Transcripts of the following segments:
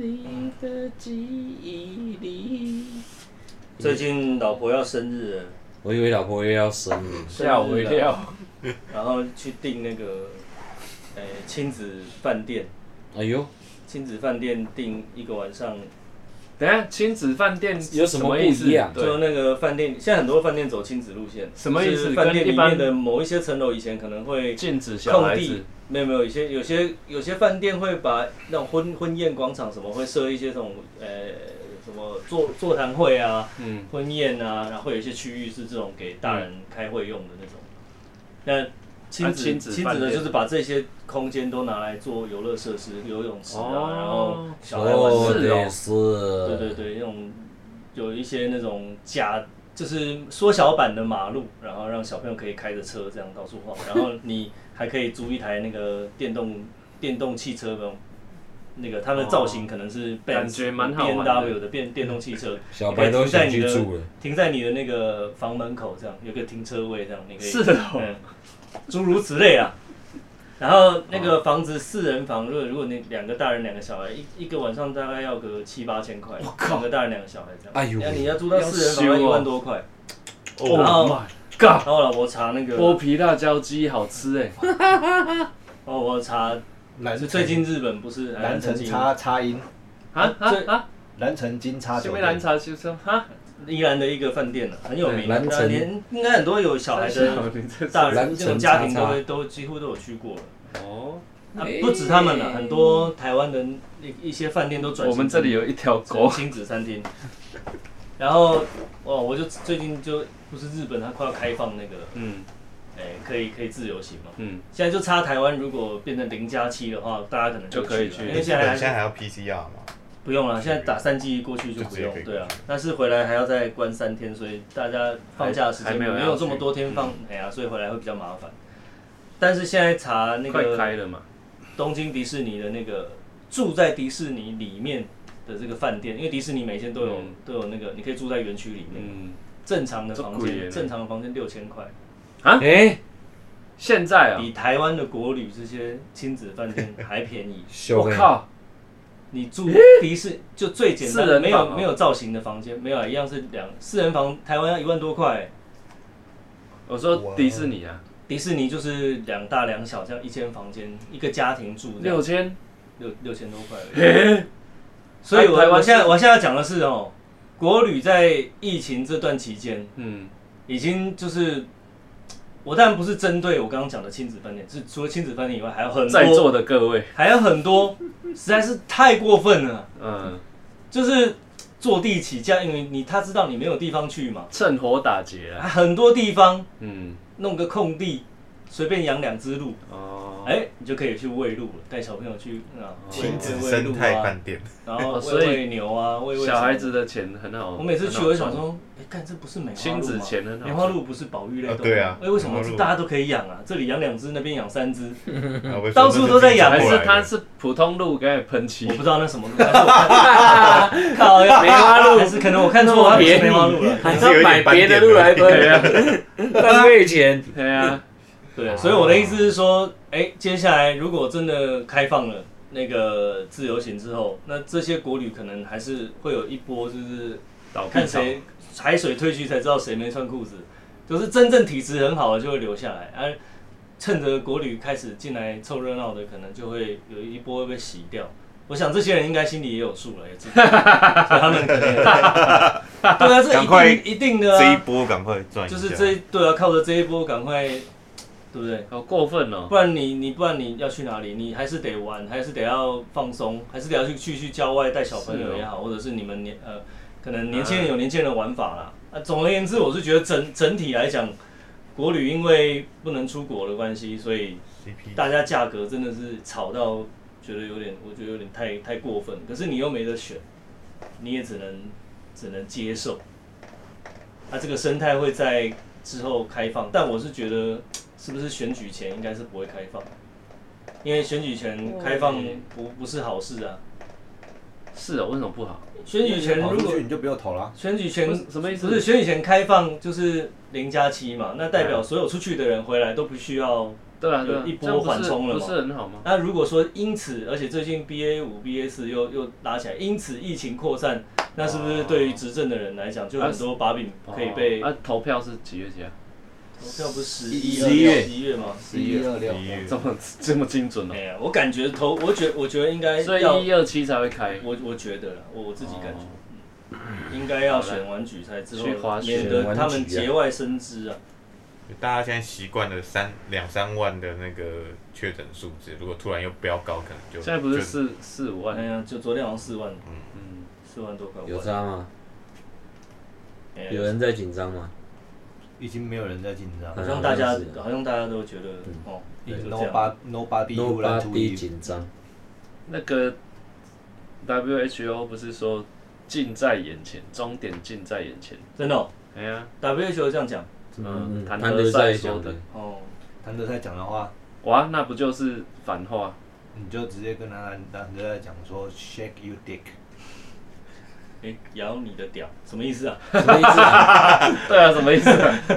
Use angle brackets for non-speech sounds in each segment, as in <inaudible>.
你的记忆里。最近老婆要生日了，我以为老婆又要生日，吓我一跳！然后去订那个，呃、亲子饭店，哎呦，亲子饭店订一个晚上，等一下亲子饭店有什么么不意思一样就对，那个饭店，现在很多饭店走亲子路线，什么意思就是饭店跟里一般面的某一些层楼以前可能会禁止小空孩地子，没有没有，有些有些有些饭店会把那种婚婚宴广场什么会设一些这种呃什么座座谈会啊、嗯，婚宴啊，然后会有一些区域是这种给大人开会用的那种。那亲啊子亲子亲饭子的店就是把这些空间都拿来做游乐设施、游泳池啊，哦然后小孩玩哦，水是哦对对是，对对，那种有一些那种假，就是缩小版的马路，然后让小朋友可以开着车这样到处晃，然后你还可以租一台那个电动电动汽车那种。那个它的造型可能是 Benz, 感觉蛮好 B N 玩的 W 的电电动汽车，小白都想去住了，停在你的那个房门口，这样有个停车位，这样你可以 <laughs> 是哦嗯诸如此类啊。然后那个房子四人房，如果如果你两个大人两个小孩，一一个晚上大概要个七八千块，两个大人两个小孩这样。哎呦那你要租到要四人房要修一哦万多块。 Oh 然后 my god！然后我老婆查那个，剥然皮辣椒鸡好吃哎，后哦我查南是城最近日本不是南城金插插音，啊啊最啊！南城金插下酒面店，蓝茶先生啊哈，宜兰的一个饭店了，啊很有名，对蓝城那连应该很多有小孩的 <laughs> 大人蓝这种城家庭叉都叉会都几乎都有去过了。哦，啊哎，不止他们了，很多台湾的一一些饭店都转型成。我们这里有一条成狗，亲子餐厅，然后哇，我就最近就不是日本，它快要开放那个，嗯哎、可以可以自由行嘛。嗯，现在就差台湾，如果变成零加七的话，大家可能就可以去去了，因为日现在本现在还还要 PCR 嘛？不用了，现在打三剂过去就不就直接用可以，过去对啊。但是回来还要再关三天，所以大家放假的时还间还没没有要有这么多天放，哎呀、所以回来会比较麻烦。但是现在查那快个开了嘛，东京迪士尼的那个住在迪士尼里面的这个饭店，因为迪士尼每天都有、嗯都有那个，你可以住在园区里面。嗯，正常的房这贵耶间，正常的房间六千块，哎，。现在啊，比台湾的国旅这些亲子饭店还 <laughs> 便宜小我白，靠，你住迪士就最简单四人的，房没哦有没有造型的房间，没有啊一样是两四人房，台湾要一万多块，我说迪士尼啊，迪士尼就是两大两小这样一间房间，一个家庭住这样六千，六六千多块而已。所以我台湾我现在是我现在要讲的是哦，国旅在疫情这段期间，嗯，已经就是，我当然不是针对我刚刚讲的亲子饭店，是除了亲子饭店以外，还有很多在座的各位，还有很多，实在是太过分了，嗯，就是坐地起价，因为你他知道你没有地方去嘛，趁火打劫啊，很多地方嗯，弄个空地，随便养两只鹿，哦，哎、你就可以去喂鹿了，带小朋友去啊，喂亲子喂生鹿态啊，饭店，然后哦喂所以喂牛啊，喂喂小孩什么子的钱很好，的。我每次去很好我就想赚，说，哎、干这不是梅花亲鹿子吗？钱很好梅赚，花鹿不是保育类啊动物？对啊哎、为什么梅花鹿大家都可以养啊？这里养两只，那边养三只， <laughs> 然后被啊到处都在养啊还过来是的他是普通鹿给你喷漆我不，知道 <laughs> 那什么鹿，但是我啊看靠呀，梅花鹿还是可能我看错，它不 <laughs> 是梅花鹿了。啊还要买别的路来对啊分，，浪费 <laughs> 钱，对 <laughs> 啊，对，所以我的意思是说，哎，接下来如果真的开放了那个自由行之后，那这些国旅可能还是会有一波，就是倒闭看潮谁海水退去才知道谁没穿裤子，就是真正体质很好的就会留下来，而、趁着国旅开始进来凑热闹的，可能就会有一波被洗掉。我想这些人应该心里也有数了，也知 <laughs> 道，所以他们可能也对啊，这赶快一定一定的、啊，这一波赶快赚一下，就是这一对啊，靠着这一波赶快，对不对？好过分哦，不然你你不然你要去哪里？你还是得玩，还是得要放松，还是得要去去去郊外带小朋友也好，或者是你们年呃，可能年轻人有年轻人的玩法啦。啊，总而言之，我是觉得整整体来讲，国旅因为不能出国的关系，所以 CP 大家价格真的是炒到觉得有点，我觉得有点太太过分。可是你又没得选，你也只能只能接受。啊，这个生态会在之后开放，但我是觉得是不是选举前应该是不会开放，因为选举前开放嗯不不是好事啊。是哦，为什么不好？选举前跑如出果去你就不要投啊啦。选举前不是什么意思不是选举前开放就是零加七嘛，那代表所有出去的人回来都不需要。对啊，对啊，有一波这样不是缓冲了嘛不是很好吗？那如果说因此，而且最近 B A 五、B A 四又又拉起来，因此疫情扩散，那是不是对于执政的人来讲，就很多把柄可以被？啊，投票是几月几啊？投票不是十一一、十一月十一月吗？十一二六，一这么 <laughs> 这么精准哦哎，呀，我感觉投，我觉我觉得应该所哎要以一二七才会开。我我觉得啦，我我自己感觉，嗯应该要选完举才之去滑后，雪免得完他们举啊节外生枝啊。大家现在习惯了三两三万的那个确诊数字，如果突然又飙高，可能就现在不是就四四五哎万，呀，就昨天好像四万，嗯，四万多块。有差吗？哎呀有人在紧张吗？已经没有人在紧张好像大家好像是好像大家都觉得哦，也嗯就这样。 ，nobody nobody who like to Nobody live 紧张，那个 WHO 不是说近在眼前，终点近在眼前。真的哦哎呀， ，WHO 这样讲嗯嗯，谭谭德德赛赛说讲的的，哦，谭德赛讲的话，哇，那不就是反话？你就直接跟他谭德赛讲说 shake you <laughs> dick，哎，咬你的屌什么意思啊？什么意思啊？对啊，什么意思？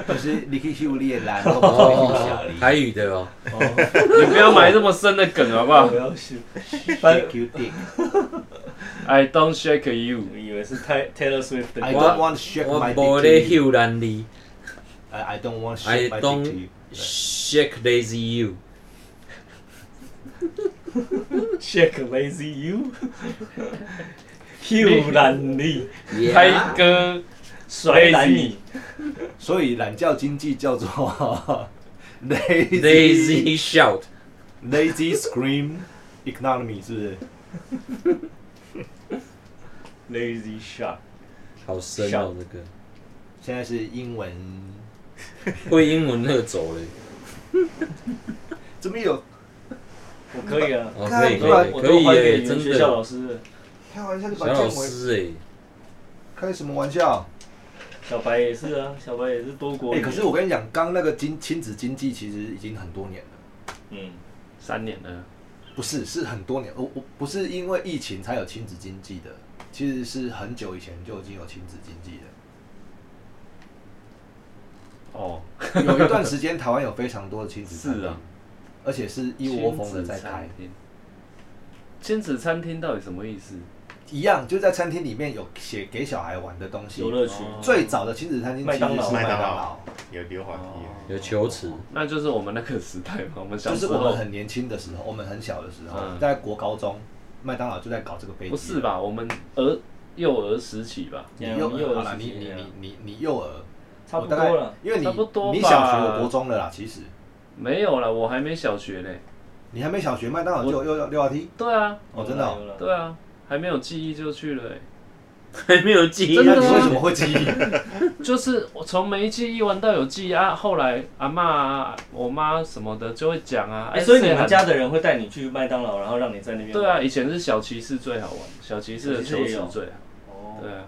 就是你去修炼啦，然后不会去 <laughs> 小哦，你台语的哦，哦，你不要埋这么深的梗好啊不好不要是， shake you <laughs> dick。 ？I don't shake you。我以为是 Tay- Taylor Swift 的 I 歌。 don't want to shake 我 my dick 无 to 咧 you. 休兰你 I I don't want to ，I shake my dick to don't you. <laughs> shake lazy you， Shake lazy <laughs> you，秀懒你，开歌甩懒你，所以懒觉经济叫做 <laughs> lazy <laughs> lazy shout， lazy scream economy 是不是？ lazy shark。好深哦，这个现在是英文，会英文那个走了，怎么有？我可以啊，哦，可以看不可然以我可都以还给耶，你真们学校的，老师了，开玩笑就小把老建伟师哎。开什么玩笑？小白也是啊，小白也是多国哎、语。可是我跟你讲，刚那个经亲子经济其实已经很多年了，嗯，三年了，不是是很多年，我哦我不是因为疫情才有亲子经济的，其实是很久以前就已经有亲子经济的。哦，有一段时间，台湾有非常多的亲子餐 <laughs> 是啊厅，而且是一窝蜂的在开亲子餐，厅。亲子餐厅到底什么意思？一样就在餐厅里面有写给小孩玩的东西游。乐区哦最早的亲子餐厅其麦实当劳是麦当劳劳，有溜滑梯，有球池，那就是我们那个时代嘛，我们小就是时我候们很年轻的时候，我们很小的时候，嗯在国高中，麦当劳就在搞这个飞机。不是？吧？我们儿幼儿时期吧，你嗯幼幼儿儿好了，时你期你啊你你你幼儿，差不我多大概了。，因为你差不多吧你小学我国中了啦，其实没有了，我还没小学嘞。你还没小学，麦当劳就有溜溜滑梯对啊，哦，真的哦。有啦，有啦对啊，还没有记忆就去了欸、 <laughs> 还没有记忆真那的你啊为什么会记忆？就是我从没记忆玩到有记忆啊，后来阿妈、啊、我妈什么的就会讲啊，哎、哎、所以你谁们喊家的人会带你去麦当劳，然后让你在那边。对啊，，以前是小骑士最好玩，小骑士的小骑球士也池有最好，哦，对啊，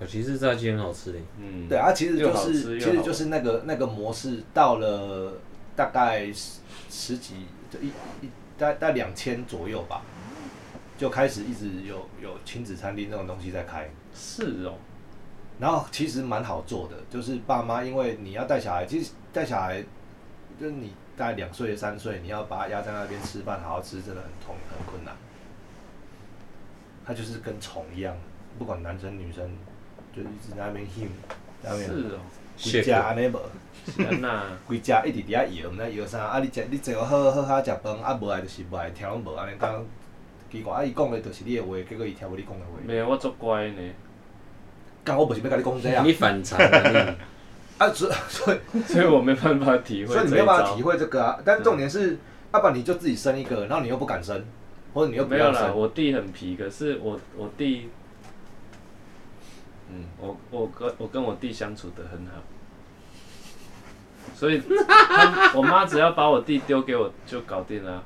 小骑士炸鸡很好吃的，嗯，对啊，其实又就好吃是又其好实玩就是那个那个模式到了大概十十几就一一大大概两千左右吧，就开始一直有有亲子餐厅这种东西在开，是哦，然后其实蛮好做的，就是爸妈因为你要带小孩，其实带小孩就是你大概两岁三岁，你要把他压在那边吃饭好好吃，真的很痛很困难，他就是跟虫一样，不管男生女生，就一直在那边 him，在那是边。哦，回家安尼无，是啊那 <laughs> 规家一直伫遐摇，毋知摇啥。啊，你食你坐好好好食饭，啊无爱就是无爱，听拢无安尼讲。奇怪，啊伊讲的就是你的话，结果伊听无你讲的话。没有我做乖呢， <laughs> 讲我不是要甲你讲这你啊，反常啊啊所以所以所以我没办法体会所以你这没有一办法招体。会这个啊。但重点是，要不然你就自己生一个，然后你又不敢生，或者你又不没有要啦，生。我弟很皮，可是我我弟，嗯，我我跟我跟我弟相处的很好，所以他 <laughs> 我妈只要把我弟丢给我就搞定了啊，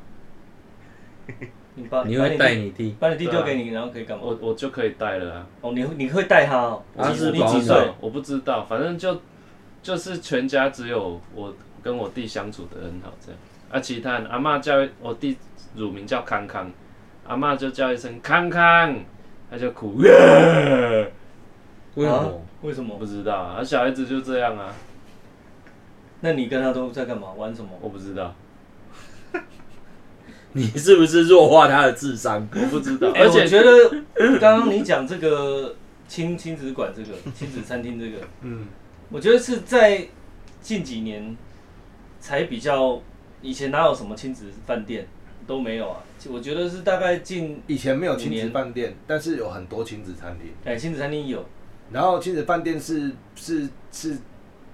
你把 <laughs> 你，你会带你弟，把你弟啊丢给你，然后可以干嘛？我我就可以带了啊。哦，你你会带他哦？他你是你保几姆岁？我啊不知道，反正就就是全家只有我跟我弟相处的很好这样。啊，其他人阿嬷叫我弟乳名叫康康，阿嬷就叫一声康康，他就哭，耶为什啊么？ <laughs> 为什我么不？知道啊，啊小孩子就这样啊，那你跟他都在干嘛？玩什么？我不知道，你是不是弱化他的智商？我不知道， <laughs> 哎而我且觉得刚刚你讲这个亲亲子馆这个亲子餐厅这个，嗯， <laughs> 我觉得是在近几年才比较，以前哪有什么亲子饭店都没有啊。我觉得是大概近以前没有五亲子年饭店，但是有很多亲子餐厅。哎亲子餐厅有，然后亲子饭店是是是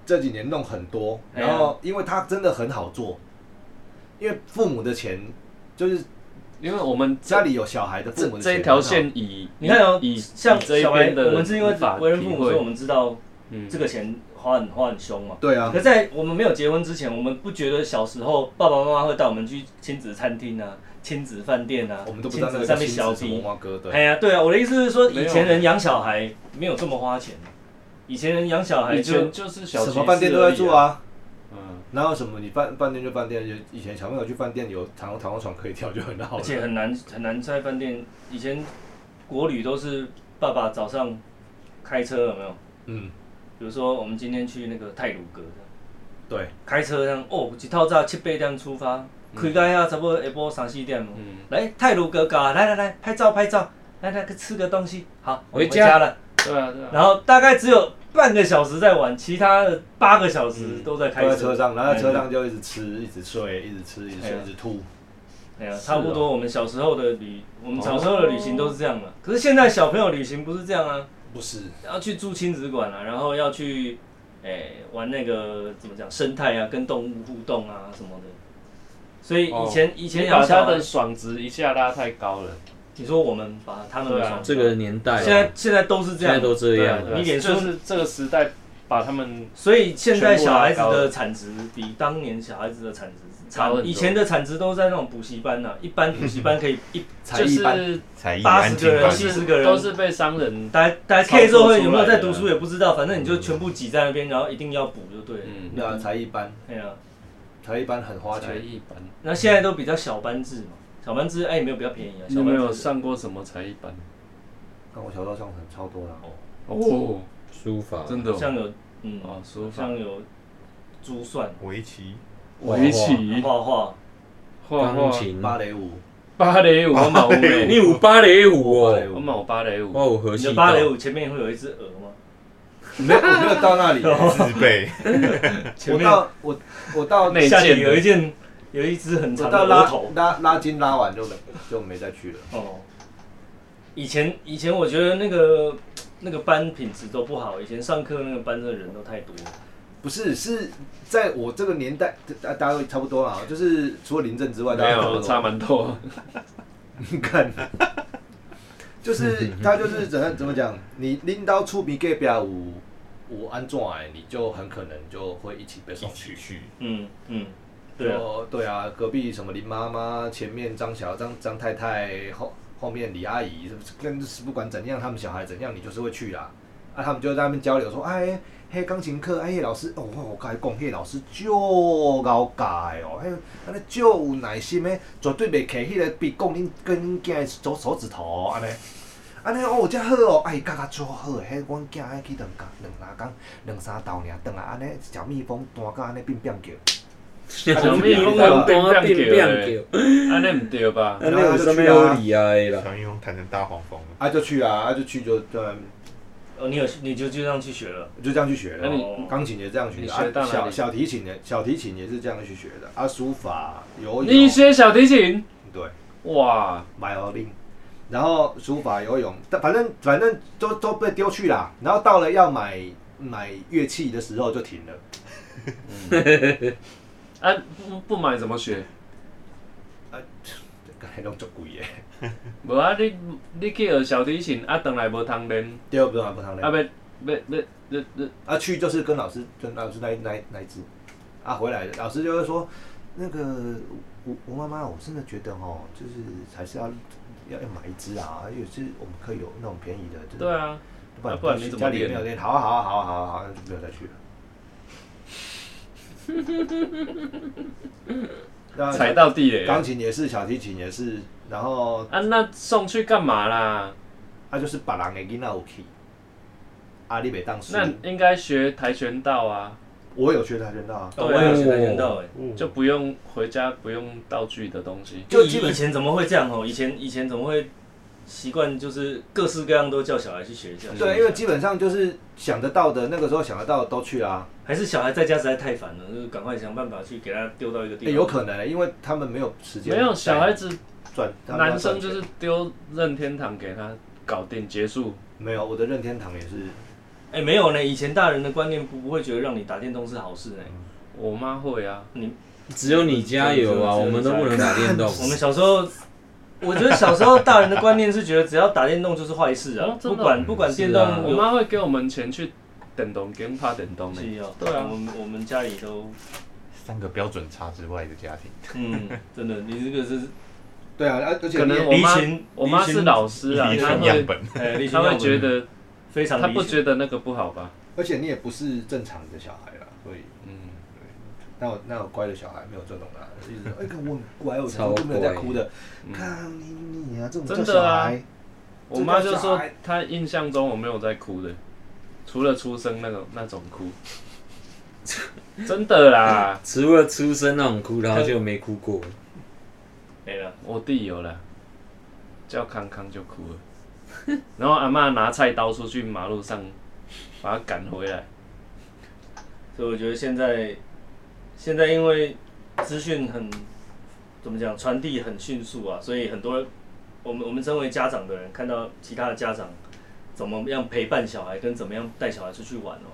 这几年弄很多，哎呀然后因为它真的很好做，因为父母的钱就是因为我们家里有小孩的父这母的这钱一条很好线以你看哦，以像以这一小孩，边的我们是因为无法为人父体母，会所以我们知道嗯这个钱花很花很凶嘛。对啊可，在我们没有结婚之前，我们不觉得小时候爸爸妈妈会带我们去亲子餐厅啊、亲子饭店啊、我们亲都不子知道那上面个亲子小什么弟。蛙哥哎对，呀，对啊，我的意思是说，没有以前人养小孩没有这么花钱，以前人养小孩以就前就是小什骑么士饭店都在住而已啊，啊。嗯，然后什么你饭饭店就饭店，就以前小朋友去饭店有躺躺过床可以跳就很好而了，且很难很难在饭店。以前国旅都是爸爸早上开车有没有？嗯比如说我们今天去那个泰鲁阁这样对，开车这样哦，一透早七八点出发，嗯开到遐差不多下晡三四点。嗯来泰鲁格嘎，来来来，拍照拍照，来来吃个东西，好，我们回家嗯了。对啊对啊，然后大概只有半个小时在玩，其他的八个小嗯时嗯都在开坐在车。车上，然后在车上就一直吃，一直睡，一直吃，一直哎睡，呀一直吐。哎呀，是哦差不多我们小时候的旅，我哦们小时候的旅行都是这样的。啊可是现在小朋友旅行不是这样啊，不是，要去住亲子馆啊，然后要去，哎、玩那个怎么讲生态啊，跟动物互动啊什么的。所以以前、以前你养把小他孩哦的，爽值一下拉太高了，你说我们把他们的对啊爽这个年代啊，现在现在都是这现样在，都这样对啊了，你脸书就是这个时代把他们所以现在小孩子的产值比当年小孩子的产值高差很。多以前的产值都在那种补习班呐、啊一般补习班可以 <laughs> 一才就艺班是才艺80安个静人班都其实是70个人都是被商人大家大家操 K 之后作出来的有没有在读书也不知道，反正你就全部挤在那边，然后一定要补就对了。嗯对啊，才艺班，哎呀、才艺班很花才钱，艺班，那现在都比较小班制嘛，小班制哎、没有比较便宜啊，你小有没有班制。上过什么才艺班？但我小时候上很超多啊了。哦，书法真的哦像有嗯，哦，书法、像有珠算、啊围棋，围棋、画画，画画钢、嗯琴，芭蕾舞，芭蕾舞，我冇你呢，有芭蕾舞芭哦，蕾我舞，冇芭蕾舞，哇，我和你气的芭蕾 <laughs> 道舞前面会有一只鹅吗？没有，我没有到 <laughs> 那里。哦自备， <laughs> 我到我我到内下建体的有一件有一只很我长到的鹅拉头。拉拉筋拉完就没就没再去了。哦，以前以前我觉得那个那个班品质都不好，以前上课那个班的人都太多了。不是，是在我这个年代，大大家都差不多啦，就是除了林正之外，大没家有差嘛？蛮多。你看， <laughs> 就是他就是怎样怎么讲，你拎到触鼻隔壁舞舞安怎哎，你就很可能就会一起被一送去。起去，嗯嗯，对啊，就对啊，隔壁什么林妈妈，前面张小张张太太，后后面李阿姨，跟不管怎样，他们小孩怎样，你就是会去啦。啊，他们就在那边交流说，哎，嘿，钢琴课，哎，嘿老师，哦，我我跟你讲，嘿，老师就高教的哦，嘿，安尼就有耐心的，绝对袂摕迄个笔讲恁跟恁囝的手手指头安尼。安尼哦，遮好哦，哎，教甲足好诶，迄阮囝爱去两工两三工两三道尔，顿来安尼食蜜蜂弹甲安尼变变叫。<laughs> 小蜜蜂弹变变变安尼唔对吧？那有什么有理啊的啦？小蜜蜂弹成大黄蜂了，啊，就去啊，啊就去就对啊，哦，你有你就就这样去学了。就这样去学那了。你哦，钢琴也这样去你的，学到啊、哪小里小提琴也小提琴也是这样去学的啊，书法、游泳，你学小提琴，对，哇，买奥令，然后书法、游泳，但反正反正都都被丢去啦。然后到了要买买乐器的时候就停了， <laughs> 啊不不买怎么学？刚才弄足贵耶，无啊，你你去学小提琴，啊，等来无通练，第二不用不上啊，嘞。要要要要要，啊，去就是跟老师跟老师那一那一那一支，啊，回来老师就会说，那个我我妈妈，我真的觉得哦，就是还是要要要买一支啊，有些我们可以有那种便宜的，就是对啊，不然啊不然你怎么家里练没有练，好啊好啊好啊好啊好啊，那就没有再去了。那踩到地雷了。钢琴也是，小提琴也是，然后啊，那送去干嘛啦？啊，就是别人的囡仔有去，啊，你袂当输。那应该学跆拳道啊，我有学跆拳道啊，哦我也有学跆拳道哎、就不用回家不用道具的东西。就就以基以本前怎么会这样哦？以前以前怎么会习惯就是各式各样都叫小孩去学一下？对，因为基本上就是想得到的，那个时候想得到的都去啊。还是小孩在家实在太烦了，就是赶快想办法去给他丢到一个地欸方。有可能、因为他们没有时间，没有小孩子，赚，他们要男生赚钱就是丢任天堂给他搞定结束。没有。我的任天堂也是，哎、没有呢，以前大人的观念不不会觉得让你打电动是好事呢。我妈会啊，你只有你家有啊，只有我们都不能打电动。我们小时候，我觉得小时候大人的观念是觉得只要打电动就是坏事啊，哦真不的哦管不管电是啊动我有。妈会给我们钱去电动 game 拍电动呢。是哦对啊我们我们家里都，三个标准差之外的家庭，嗯，真的，你这个是对啊，啊而且可能你我妈离群我妈离群是老师啊，一她群样会本，哎，立她群要会觉闻得非常她理不解觉得那个不好吧？而且你也不是正常的小孩啦，所以嗯，那我那我乖的小孩没有这种啦，一直说哎，看我很乖，我超从来都没有在哭的，嗯看你你啊，这种真叫的小啊孩，我妈这就叫小说孩她印象中我没有在哭的，除了出生那种那种哭， <laughs> 真的 <laughs> 啦，除了出生那种哭，然后就没哭过。没了，我弟有啦，叫康康就哭了， <laughs> 然后阿嬷拿菜刀出去马路上把他赶回来，所以我觉得现在现在因为资讯很怎么讲传递很迅速啊，所以很多我们我们身为家长的人看到其他的家长怎么样陪伴小孩，跟怎么样带小孩出去玩哦，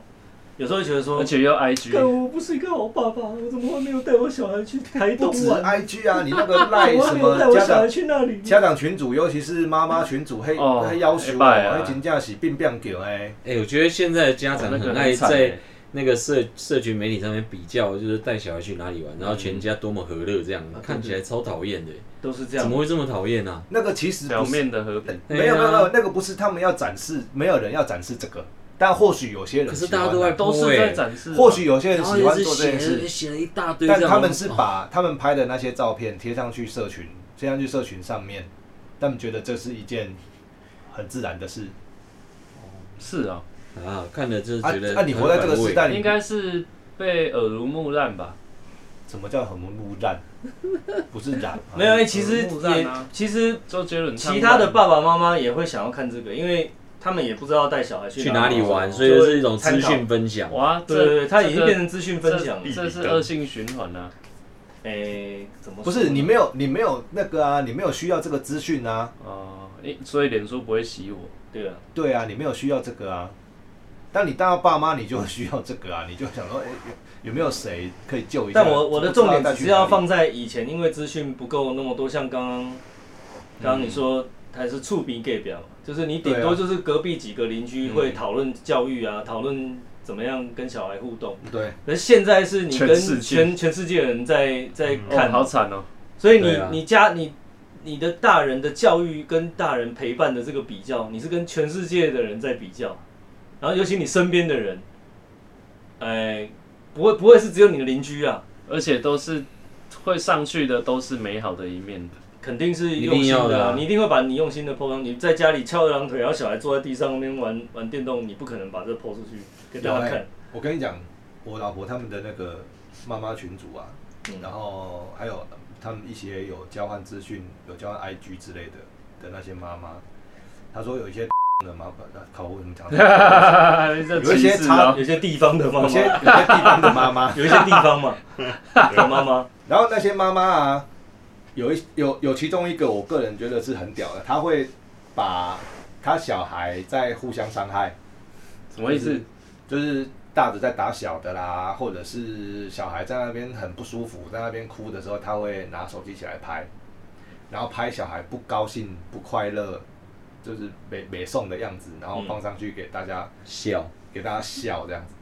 有时候会觉得说而，且又干 IG，我不是一个好爸爸，我怎么会没有带我小孩去台不东止玩？ IG 啊，你那个赖我什没有么带我家小孩长去那里。家长群主，尤其是妈妈群主，嘿哦嘿要求会拜啊我，嘿真正是病病狗哎，哎、我觉得现在的家长哦那个很爱惨在欸那个社社群媒体上面比较，就是带小孩去哪嗯里玩，然后全家多么和乐，这样、啊看起来超讨厌的、都是这怎样么，会这么讨厌啊呢？那个其实表不是面的和平，没哎有没呀有没有，那个不是他们要展示，没有人要展示这个，但或许有些人可是喜欢大家都啊在都是在展示啊，或许有些人然后喜一欢直做这写件了事，写了一大堆这但样，他们是哦把他们拍的那些照片贴上去社群，贴上去社群上面，他们觉得这是一件很自然的事。是哦，啊看了就是啊觉得啊！你活在这个时代嗯里，应该是被耳濡目染吧。什么叫很污染？不 <laughs> 是染，没有，哎其实木也栅啊其实周杰伦唱其他的烂爸爸妈妈也会想要看这个，因为他们也不知道带小孩哦去哪里玩，哦所以就就是会一种参资考讯分享。哇，对对对，它已经变成成资讯分享了。这是恶性循环啊！诶，怎么说呢不是你没有你没有那个啊，你没有需要这个资讯啊，哦，诶所以脸书不会洗我，对啊，对啊，你没有需要这个啊。当你当到爸妈，你就需要这个啊，你就想说，哎、有有没有谁可以救一下？但我我的重点只是要啊不知道带去哪放里在以前，因为资讯不够那么多，像刚刚刚刚你说还是触鼻 gay 表，就是你顶嗯对啊嗯多就是隔壁几个邻居会讨论教育啊，讨论怎么样跟小孩互动。对。可是现在是你跟全世界全全世界人在嗯在看哦，，好惨哦！所以你、对啊你家你你的大人的教育跟大人陪伴的这个比较，你是跟全世界的人在比较，然后尤其你身边的人，哎、不会不会是只有你的邻居啊，而且都是会上去的，都是美好的一 <laughs> 面的。肯定是一用定心要的啊的、你一定会把你用心的剖上。你在家里翘二郎腿，然后小孩坐在地上那边玩玩电动，你不可能把这剖出去给大家有看欸。我跟你讲，我老婆他们的那个妈妈群组啊，嗯然后还有他们一些有交换资讯、有交换 IG 之类的的那些妈妈，她说有一些 <laughs> 的妈妈，靠，我怎么讲？ <laughs> 这有一些歧视差哦，有些地方的妈有妈，些有些地方的妈妈，有一些地方嘛的妈妈，然后那些妈妈啊，有一有有其中一个，我个人觉得是很屌的，她会把她小孩在互相伤害。什么意思？就是大的在打小的啦，或者是小孩在那边很不舒服，在那边哭的时候，他会拿手机起来拍，然后拍小孩不高兴、不快乐，就是美美送的样子，然后放上去给大家、笑，给大家笑这样子。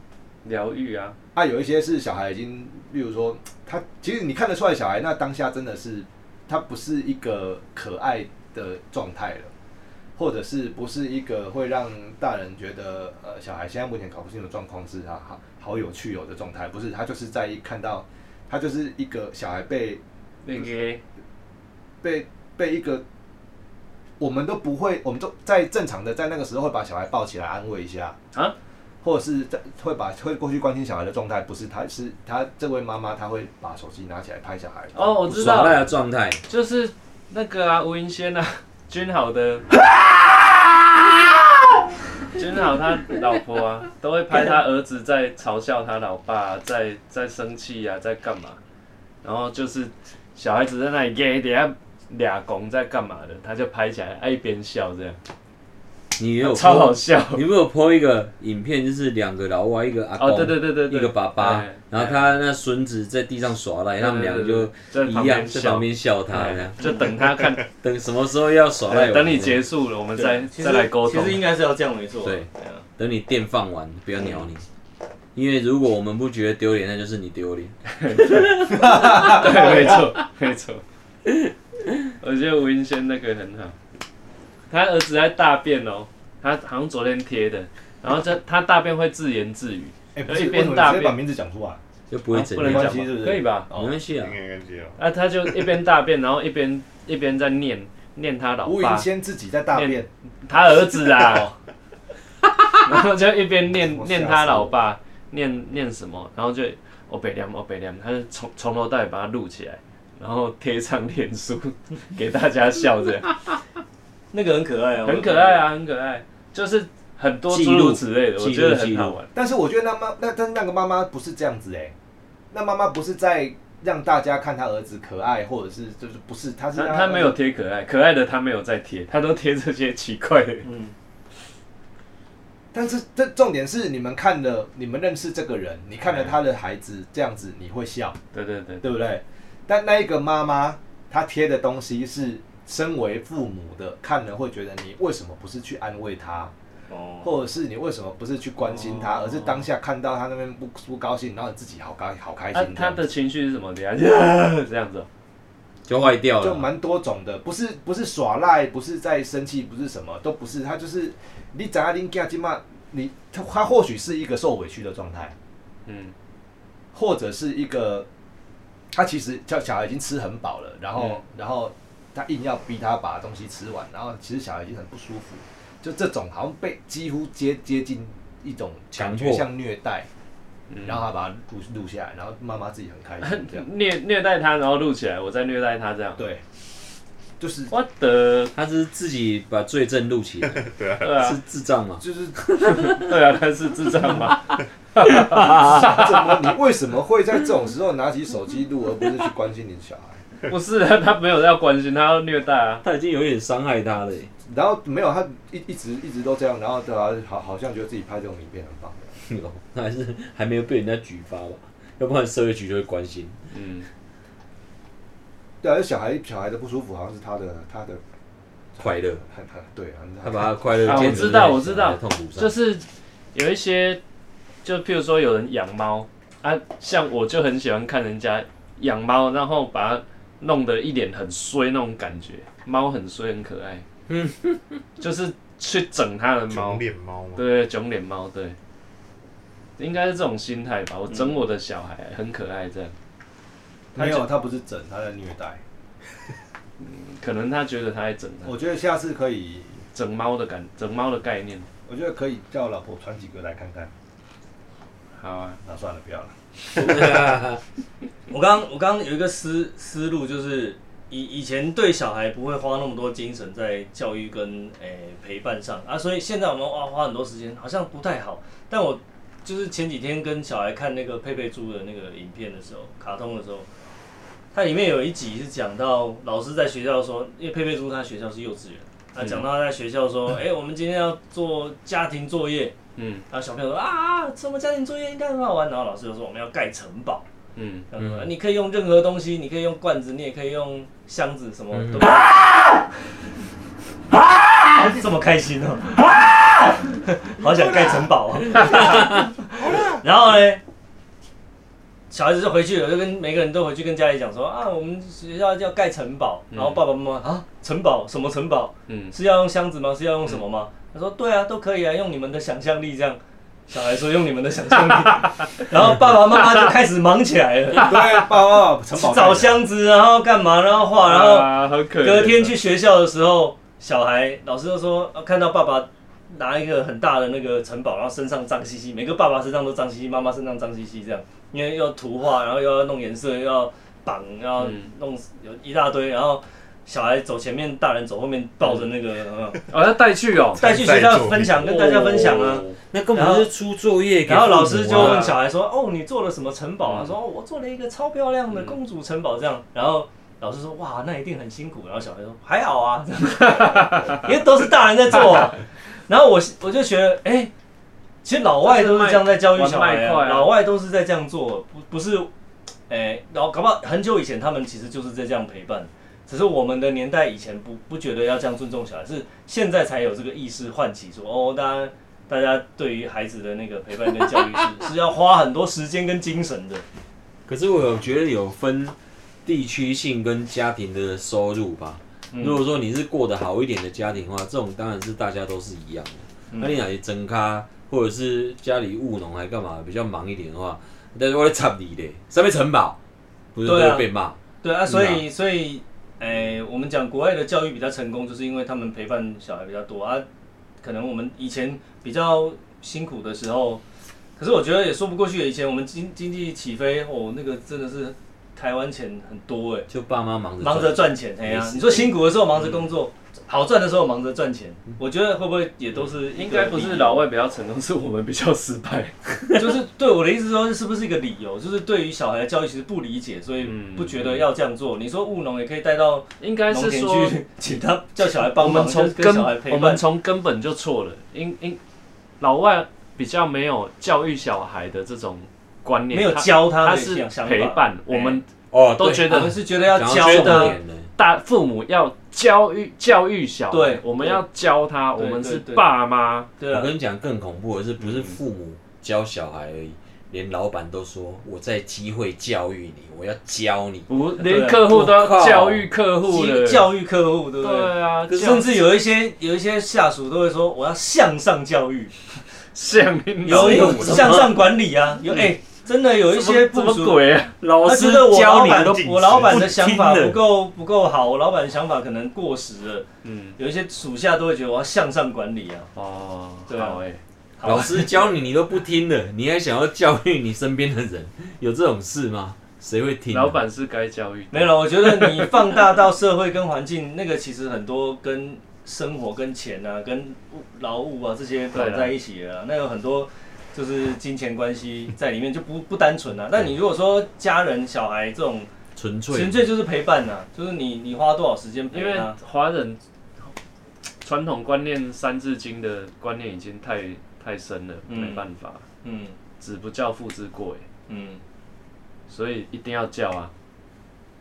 疗愈啊，啊，有一些是小孩已经，例如说他，其实你看得出来，小孩那当下真的是他不是一个可爱的状态了，或者是不是一个会让大人觉得呃，小孩现在目前搞不清楚状况是啊，好好有趣哦有的状态，不是他就是在一看到他就是一个小孩被那个被被一个我们都不会，我们都在正常的在那个时候会把小孩抱起来安慰一下啊，或者是在会把会过去关心小孩的状态，不是他是他这位妈妈，她会把手机拿起来拍小孩。哦，我知道耍，赖的状态，就是那个啊，吴云仙啊， <laughs> 君豪的， <laughs> 君豪他老婆啊，都会拍他儿子在嘲笑他老爸、啊在在生气啊，在干嘛？然后就是小孩子在那里耶，等下俩拱在干嘛的，他就拍起来，啊一边笑这样，你也有超好 po- 笑。你不是有 po 一个影片，就是两个老外，一个阿公，哦，对对对对对，一个爸爸哎，然后他那孙子在地上耍赖，对他们两个就对对一对样在旁在旁边边笑他，这样哎就等 <laughs> 他看，等什么时候要耍赖，等你结结束了，我们再对其实啊再来沟通其实。应该是要这样没错啊。对啊，等你电放完，不要鸟你，因为如果我们不觉得丢脸，那就是你丢脸。对，没错，没错。我觉得吴云轩那个很好，他儿子在大便哦，他好像昨天贴的，然后这他大便会自言自语，哎、不有是，一为边什么大你直接便把名字讲出来？就不会怎啊不样，能讲没关系是不吧哦是可以吧？没关系啊应。该跟接了。啊，他就一边大便，然后一边一边在念念他老吴云爸，先自己在大便，他儿子啊，然后就一边念我吓死念他老爸，念念什么，然后就我北凉哦我北凉，他就从从头到尾把它录起来，然后贴上脸书 <laughs> 给大家笑着。那个很可爱啊，很可爱啊，很可爱，就是很多诸如此类的，记录我觉得很好玩。但是我觉得那妈那但是那个妈妈不是这样子哎、那妈妈不是在让大家看她儿子可爱，或者是就是不是，她是他让他没有贴可爱，可爱的他没有在贴，他都贴这些奇怪的。嗯，但是这重点是你们看了，你们认识这个人，你看了他的孩子这样子，你会笑，对对对，对不对？但那一个妈妈，她贴的东西是身为父母的，看了会觉得你为什么不是去安慰他，哦，或者是你为什么不是去关心他，哦而是当下看到他那边不不高兴，然后你自己好高好开啊心，这他样子。的情绪是什么？ <laughs> 等一下这样子哦，就坏掉就了。蛮多种的，不是不是耍赖，不是在生气，不是什么，都不是，他就是你怎样你家今嘛，你他他或许是一个受委屈的状态。嗯，或者是一个他其实叫小孩已经吃很饱了，然后、然后他硬要逼他把东西吃完，然后其实小孩已经很不舒服，就这种好像被几乎接接近一种感强觉迫像虐待，嗯，然后他把它录录下来，然后妈妈自己很开心这样 <laughs> 虐虐待他，然后录起来，我再虐待他这样。对，就是我的，他是自己把罪证录起来，对啊是，智障嘛？就是对啊，他是智障吗？怎么你为什么会在这种时候拿起手机录，而不是去关心你的小孩？不是啊，他没有要关心，他要虐待啊。他已经有点伤害他了耶。 <laughs> 然后没有他一一直一直都这样，然后对啊，好好像觉得自己拍这种影片很棒。有，那还是还没有被人家举发吧？要不然社会局就会关心。嗯，对啊，小孩小孩的不舒服好像是他的他的快乐，他他对啊，他把他的快乐啊建我筑知在道小我孩知道的痛苦上，就是有一些，就譬如说有人养猫啊，像我就很喜欢看人家养猫，然后把它弄得一脸很衰那种感觉，猫很衰很可爱，嗯，就是去整它的猫穷，脸猫吗？对，囧脸猫，对，应该是这种心态吧。我整我的小孩很可爱，这样，没有，他不是整，他在虐待。可能他觉得他在整它我觉得下次可以，整猫的感，整猫的概念。我觉得可以叫老婆传几个来看看。好啊，那算了，不要 <laughs> 了。我刚我刚有一个思思路，就是以以前对小孩不会花那么多精神在教育跟诶、陪伴上啊，所以现在我们哇花很多时间，好像不太好。但我就是前几天跟小孩看那个佩佩猪的那个影片的时候，卡通的时候，它里面有一集是讲到老师在学校说，因为佩佩猪他学校是幼稚园，啊，讲到他在学校说，哎、我们今天要做家庭作业，嗯然后小朋友说啊，什么家庭作业应该很好玩，然后老师就说我们要盖城堡。嗯，嗯呃你可以用任何东西，你可以用罐子，你也可以用箱子，什么嗯都。啊！ <laughs> 这么开心哦！好想盖城堡哦！然后呢，小孩子就回去了，就跟每个人都回去跟家里讲说啊，我们学校要盖城堡。嗯然后爸爸妈妈啊，城堡什么城堡？嗯，是要用箱子吗？是要用什么吗？嗯他说对啊，都可以啊，用你们的想象力这样。小孩说用你们的想象力， <laughs> 然后爸爸妈妈就开始忙起来了。对，抱抱城堡哦找箱子，然后干嘛，然后画，然后啊，好可怜啊隔天去学校的时候，小孩，老师都说、啊看到爸爸拿一个很大的那个城堡，然后身上脏兮兮，每个爸爸身上都脏兮兮，妈妈身上脏兮兮，这样，因为要图画，然后又要弄颜色，又要绑，又要嗯弄有一大堆，然后小孩走前面，大人走后面，抱着那个有 <laughs> 没有哦，要带去哦，带去学校分享，跟大家分享啊。哦那根本就是出作业给父母然啊、嗯后老师就问小孩说：“哦，你做了什么城堡？”他说：“哦，我做了一个超漂亮的公主城堡。”这样，然后老师说：“哇，那一定很辛苦。”然后小孩说：“还好啊，这样 <laughs> 因为都是大人在做。”啊然后我我就觉得，哎、其实老外都是这样在教育小孩、玩麦啊，块啊老外都是在这样做，不不是，哎、然后搞不好很久以前他们其实就是在这样陪伴。只是我们的年代以前不不觉得要这样尊重小孩，是现在才有这个意识唤起说哦，大家大家对于孩子的那个陪伴跟教育是 <laughs> 是要花很多时间跟精神的。可是我有觉得有分地区性跟家庭的收入吧。嗯如果说你是过得好一点的家庭的话，这种当然是大家都是一样的。嗯那、你哪里增咖，或者是家里务农还干嘛比较忙一点的话，但是我在插你嘞，上面城堡不是都对会啊被骂？对啊，所以所以，哎、我们讲国外的教育比较成功，就是因为他们陪伴小孩比较多啊。可能我们以前比较辛苦的时候，可是我觉得也说不过去。以前我们经经济起飞，哦，那个真的是台湾钱很多哎、就爸妈忙着忙着赚赚钱。哎呀、没事你说辛苦的时候忙着工作，好赚的时候忙着赚钱，我觉得会不会也都是嗯应该不是老。老外比较成功，是我们比较失败。 <laughs> 就是对我的意思说，是不是一个理由？就是对于小孩的教育其实不理解，所以不觉得要这样做。你说务农也可以带到应该农是田说去， <laughs> 请他叫小孩我帮忙，们从跟小孩根陪我们伴。从根本就错了，因因老外比较没有教育小孩的这种观念，没有他教他他的是想想法陪伴，哎我们哦，都对觉我得们是觉得要讲到教重他，点了大父母要教育教育小孩，对我们要教他，对我们是对对爸妈，对我啊，跟你讲，更恐怖的是，不是父母教小孩而已，连老板都说我在机会教育你，我要教你。不对啊连客户都要我靠教育客户基了，教育客户，对不对？对啊，甚至至有一些有一些下属都会说，我要向上教育，什有像嗯有么向上管理啊，有哎，真的有一些什部么什么署鬼啊，老他觉得我老板禁止我老板的想法不听不了够不够好，我老板的想法可能过时了。嗯，有一些属下都会觉得我要向上管理啊。哦，对啊好哎，老师教你，你都不听了，你还想要教育你身边的人，有这种事吗？谁会听啊？老板是该教育的，没有，我觉得你放大到社会跟环境，那个其实很多跟生活、跟钱啊、跟物劳务啊这些对啊绑在一起了啊。那有很多就是金钱关系在里面，就不不单纯啊。那你如果说家人、小孩这种，纯粹纯粹就是陪伴呐、啊，就是你你花多少时间陪因为他。华人传统观念《三字经》的观念已经太太深了，嗯没办法，嗯子不教父之过哎，嗯，所以一定要教啊，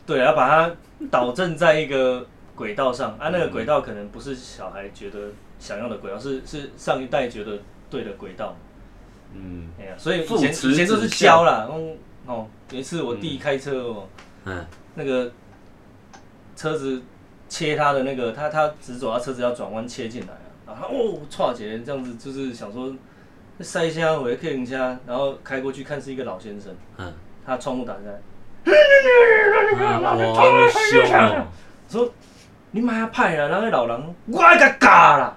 对，啊要把它导正在一个轨道上啊。那嗯个轨道可能不是小孩觉得想要的轨道，是是上一代觉得对的轨道。 <laughs> 嗯，哎呀，所以以父前慈以前都子是孝教啦。嗯，哦，有一次我弟开车哦，嗯，那个车子切他的那个，他他直走，他车子要转弯切进来啊，然后他哦，歘姐这样子就是想说塞一下，我也可以一下，然后开过去看是一个老先生，嗯，他窗户打开，啊哇，那么凶哦！说你妈派啦，那个老人我个嘎啦，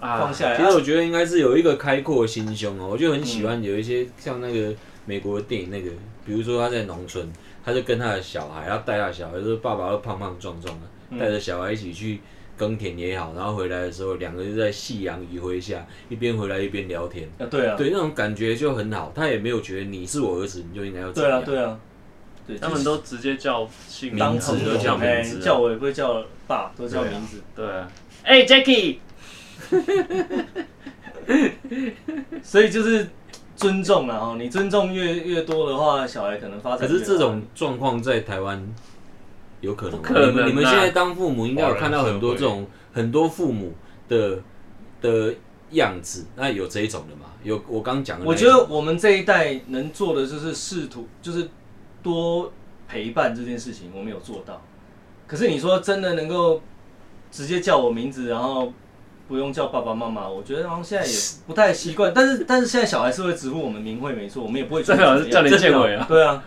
啊放，下来。其实我觉得应该是有一个开阔的心胸哦，我就很喜欢有一些像那个美国的电影那个，比如说他在农村，他就跟他的小孩，他带他的小孩，就是爸爸都胖胖壮壮嗯的，带着小孩一起去耕田也好，然后回来的时候，两个就在夕阳余晖下，一边回来一边聊天，啊，对啊，对，那种感觉就很好。他也没有觉得你是我儿子，你就应该要怎对啊，样，对啊，对，他们都直接叫姓名当名字朋友都叫名哎字啊叫我也不会叫爸，都叫名字。对啊，哎，Jacky， <laughs> 所以就是尊重了哦，你尊重越越多的话，小孩可能发展可越好。是这种状况在台湾有可能吗，不可能啊你们你们现在当父母应该有看到很多这种很多父母的的样子。那有这一种的嘛？有我刚讲的那我一觉种，得我们这一代能做的就是试图，就是多陪伴这件事情，我们有做到。可是你说真的能够直接叫我名字，然后不用叫爸爸妈妈，我觉得好像现在也不太习惯。但是但是现在小孩是会直呼我们名讳，没错，我们也不会真的觉得叫你怎么样建伟啊对啊，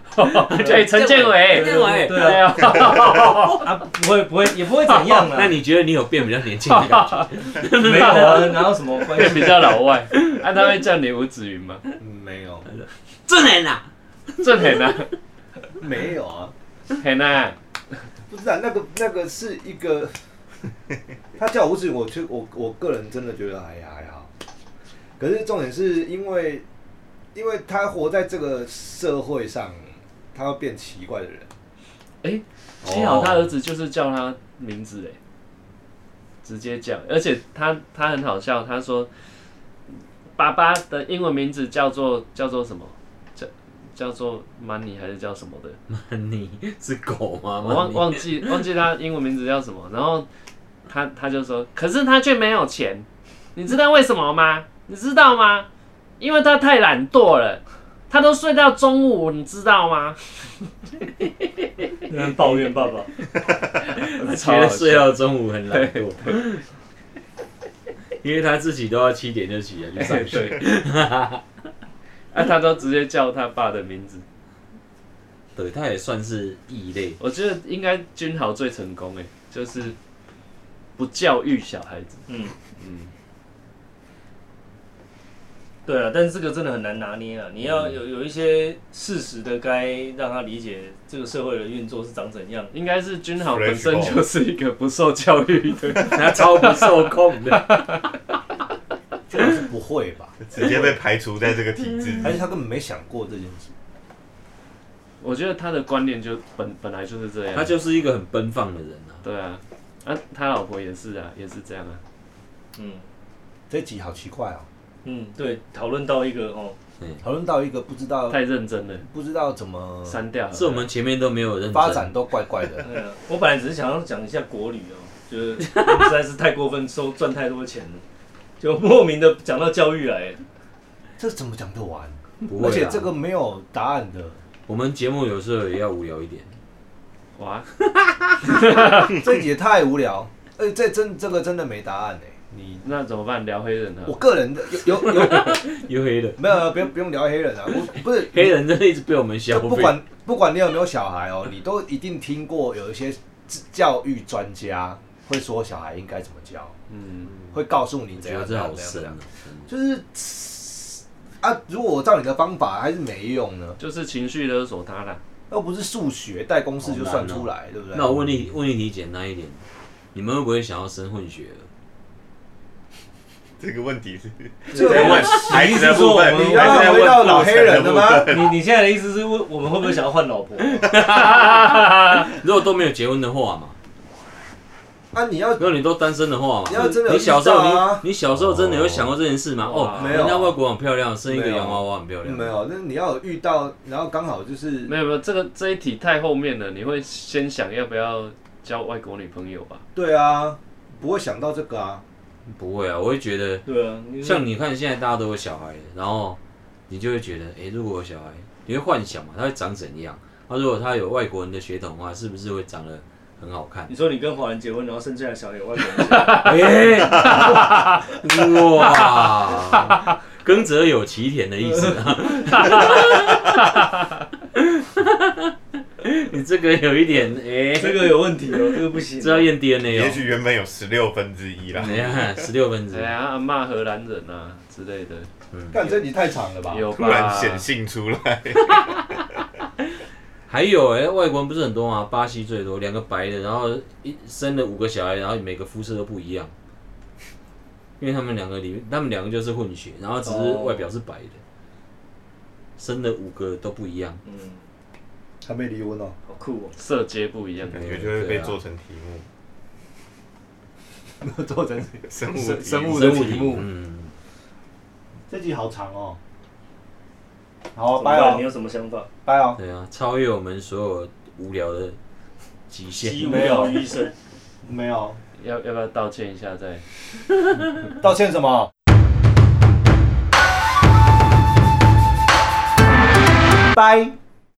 对，陈建伟，建伟对对啊，啊，啊不会不会也不会怎样 <laughs> 啊。那你觉得你有变比较年轻的感觉？没有啊？哪有什么关变系？ <laughs> 比较老外。啊，他会叫你吴子云吗？嗯 <laughs> 没有，正人啊， <laughs> 郑很啊，没有啊，很啊，不是啊，那个那个是一 <laughs> 个，他叫吴子云，我就我我个人真的觉得哎呀还好，可是重点是因为，因为他活在这个社会上，他会变奇怪的人。幸好他儿子就是叫他名字嘞，直接叫，而且他他很好笑，他说爸爸的英文名字叫做叫做什么？叫叫做 money 还是叫什么的？你是狗吗？我 <laughs> 忘忘记忘记他英文名字叫什么，然后他他就说，可是他却没有钱，你知道为什么吗？你知道吗？因为他太懒惰了，他都睡到中午，你知道吗？有人抱怨爸爸，他觉得睡到中午很懒惰， <laughs> 因为他自己都要七点就起来去上哎学。对， <laughs> 啊，他都直接叫他爸的名字，对，他也算是异类。我觉得应该君豪最成功哎，就是不教育小孩子，嗯。嗯，对啊，但是这个真的很难拿捏啊！你嗯要有有一些事实的，该让他理解这个社会的运作是长怎样。应该是君豪本身就是一个不受教育的，他超不受控 <laughs> 的，就是不会吧？直接被排除在这个体制而且他根本没想过这件事。我觉得他的观念就本本来就是啊这样，他就是一个很奔放的人啊。对啊，啊，他老婆也是啊，也是这样啊。嗯这集好奇怪哦，嗯，对，讨论到一个哦，讨论到一个不知道太认真了，不知道怎么删掉了。是我们前面都没有认真发展，都怪怪的。对啊 <laughs> 我本来只是想要讲一下国旅哦，就是实在是太过分，收赚太多钱了，就莫名的讲到教育来。这怎么讲得完？ <laughs> 不而会且啊这个没有答案的，我们节目有时候也要无聊一点。哇，这一集也太无聊。而且这真这个真的没答案哎、你那怎么办？聊黑人啊我？个人的有有 <laughs> 有又黑了，没有，不用不用聊黑人啊，我不是黑人真的一直被我们消就不费。管不管你有没有小孩哦，你都一定听过有一些教育专家会说小孩应该怎么教，嗯，会告诉你我怎觉得样这怎好样深怎啊样，就是啊，如果我照你的方法还是没用呢，就是情绪勒索他啦。又不是数学代公式就算出来，对不对？啊那我问你，问一题简单一点，你们会不会想要生混血儿？这个问题是这个在问孩子的部分，你是说我们你刚还刚是在问回到老黑人了吗？你你现在的意思是问我们会不会想要换 <laughs> 老婆？如果都没有结婚的话嘛，啊，你要如果你都单身的话嘛，你要真的有你小时候遇到啊你你小时候真的有想过这件事吗？哇哦，没有啊人家外国很漂亮，生一个没有啊洋娃娃很漂亮，没有，那你要有遇到，然后刚好就是没有没有，这个这一题太后面了，你会先想要不要交外国女朋友吧？对啊，不会想到这个啊，不会啊，我会觉得对啊，你像你看，现在大家都有小孩，然后你就会觉得，诶，如果有小孩，你会幻想嘛，他会长怎样？他如果他有外国人的血统的话，是不是会长得很好看？你说你跟华人结婚，然后生下来小孩有外国 <laughs> 人血统，诶，哇，耕者有其田的意思 <laughs> 啊！你这个有一点，诶，哎这个有问题哦，这个不行。这要验 DNA 也哦。许啊原本有十六分之一啦你，看，十六分之哎一，呀，阿骂荷兰人啊之类的，干这你太长了吧？有突然吧？显性出来，还有哎、外国人不是很多吗？巴西最多，两个白的，然后一生了五个小孩，然后每个肤色都不一样，因为他们两个里面，他们两个就是混血，然后只是哦外表是白的，生了五个都不一样。嗯，还没离婚哦。好酷哦。色阶不一样，感觉就会被做成题目，做成生物生题生物目的生物题体目嗯，这集好长哦。好啊，怎么拜办你哦，有什么想法？拜哦。对啊，超越我们所有无聊的极限。无聊医生，没有，要要不要道歉一下再？道歉什么？拜。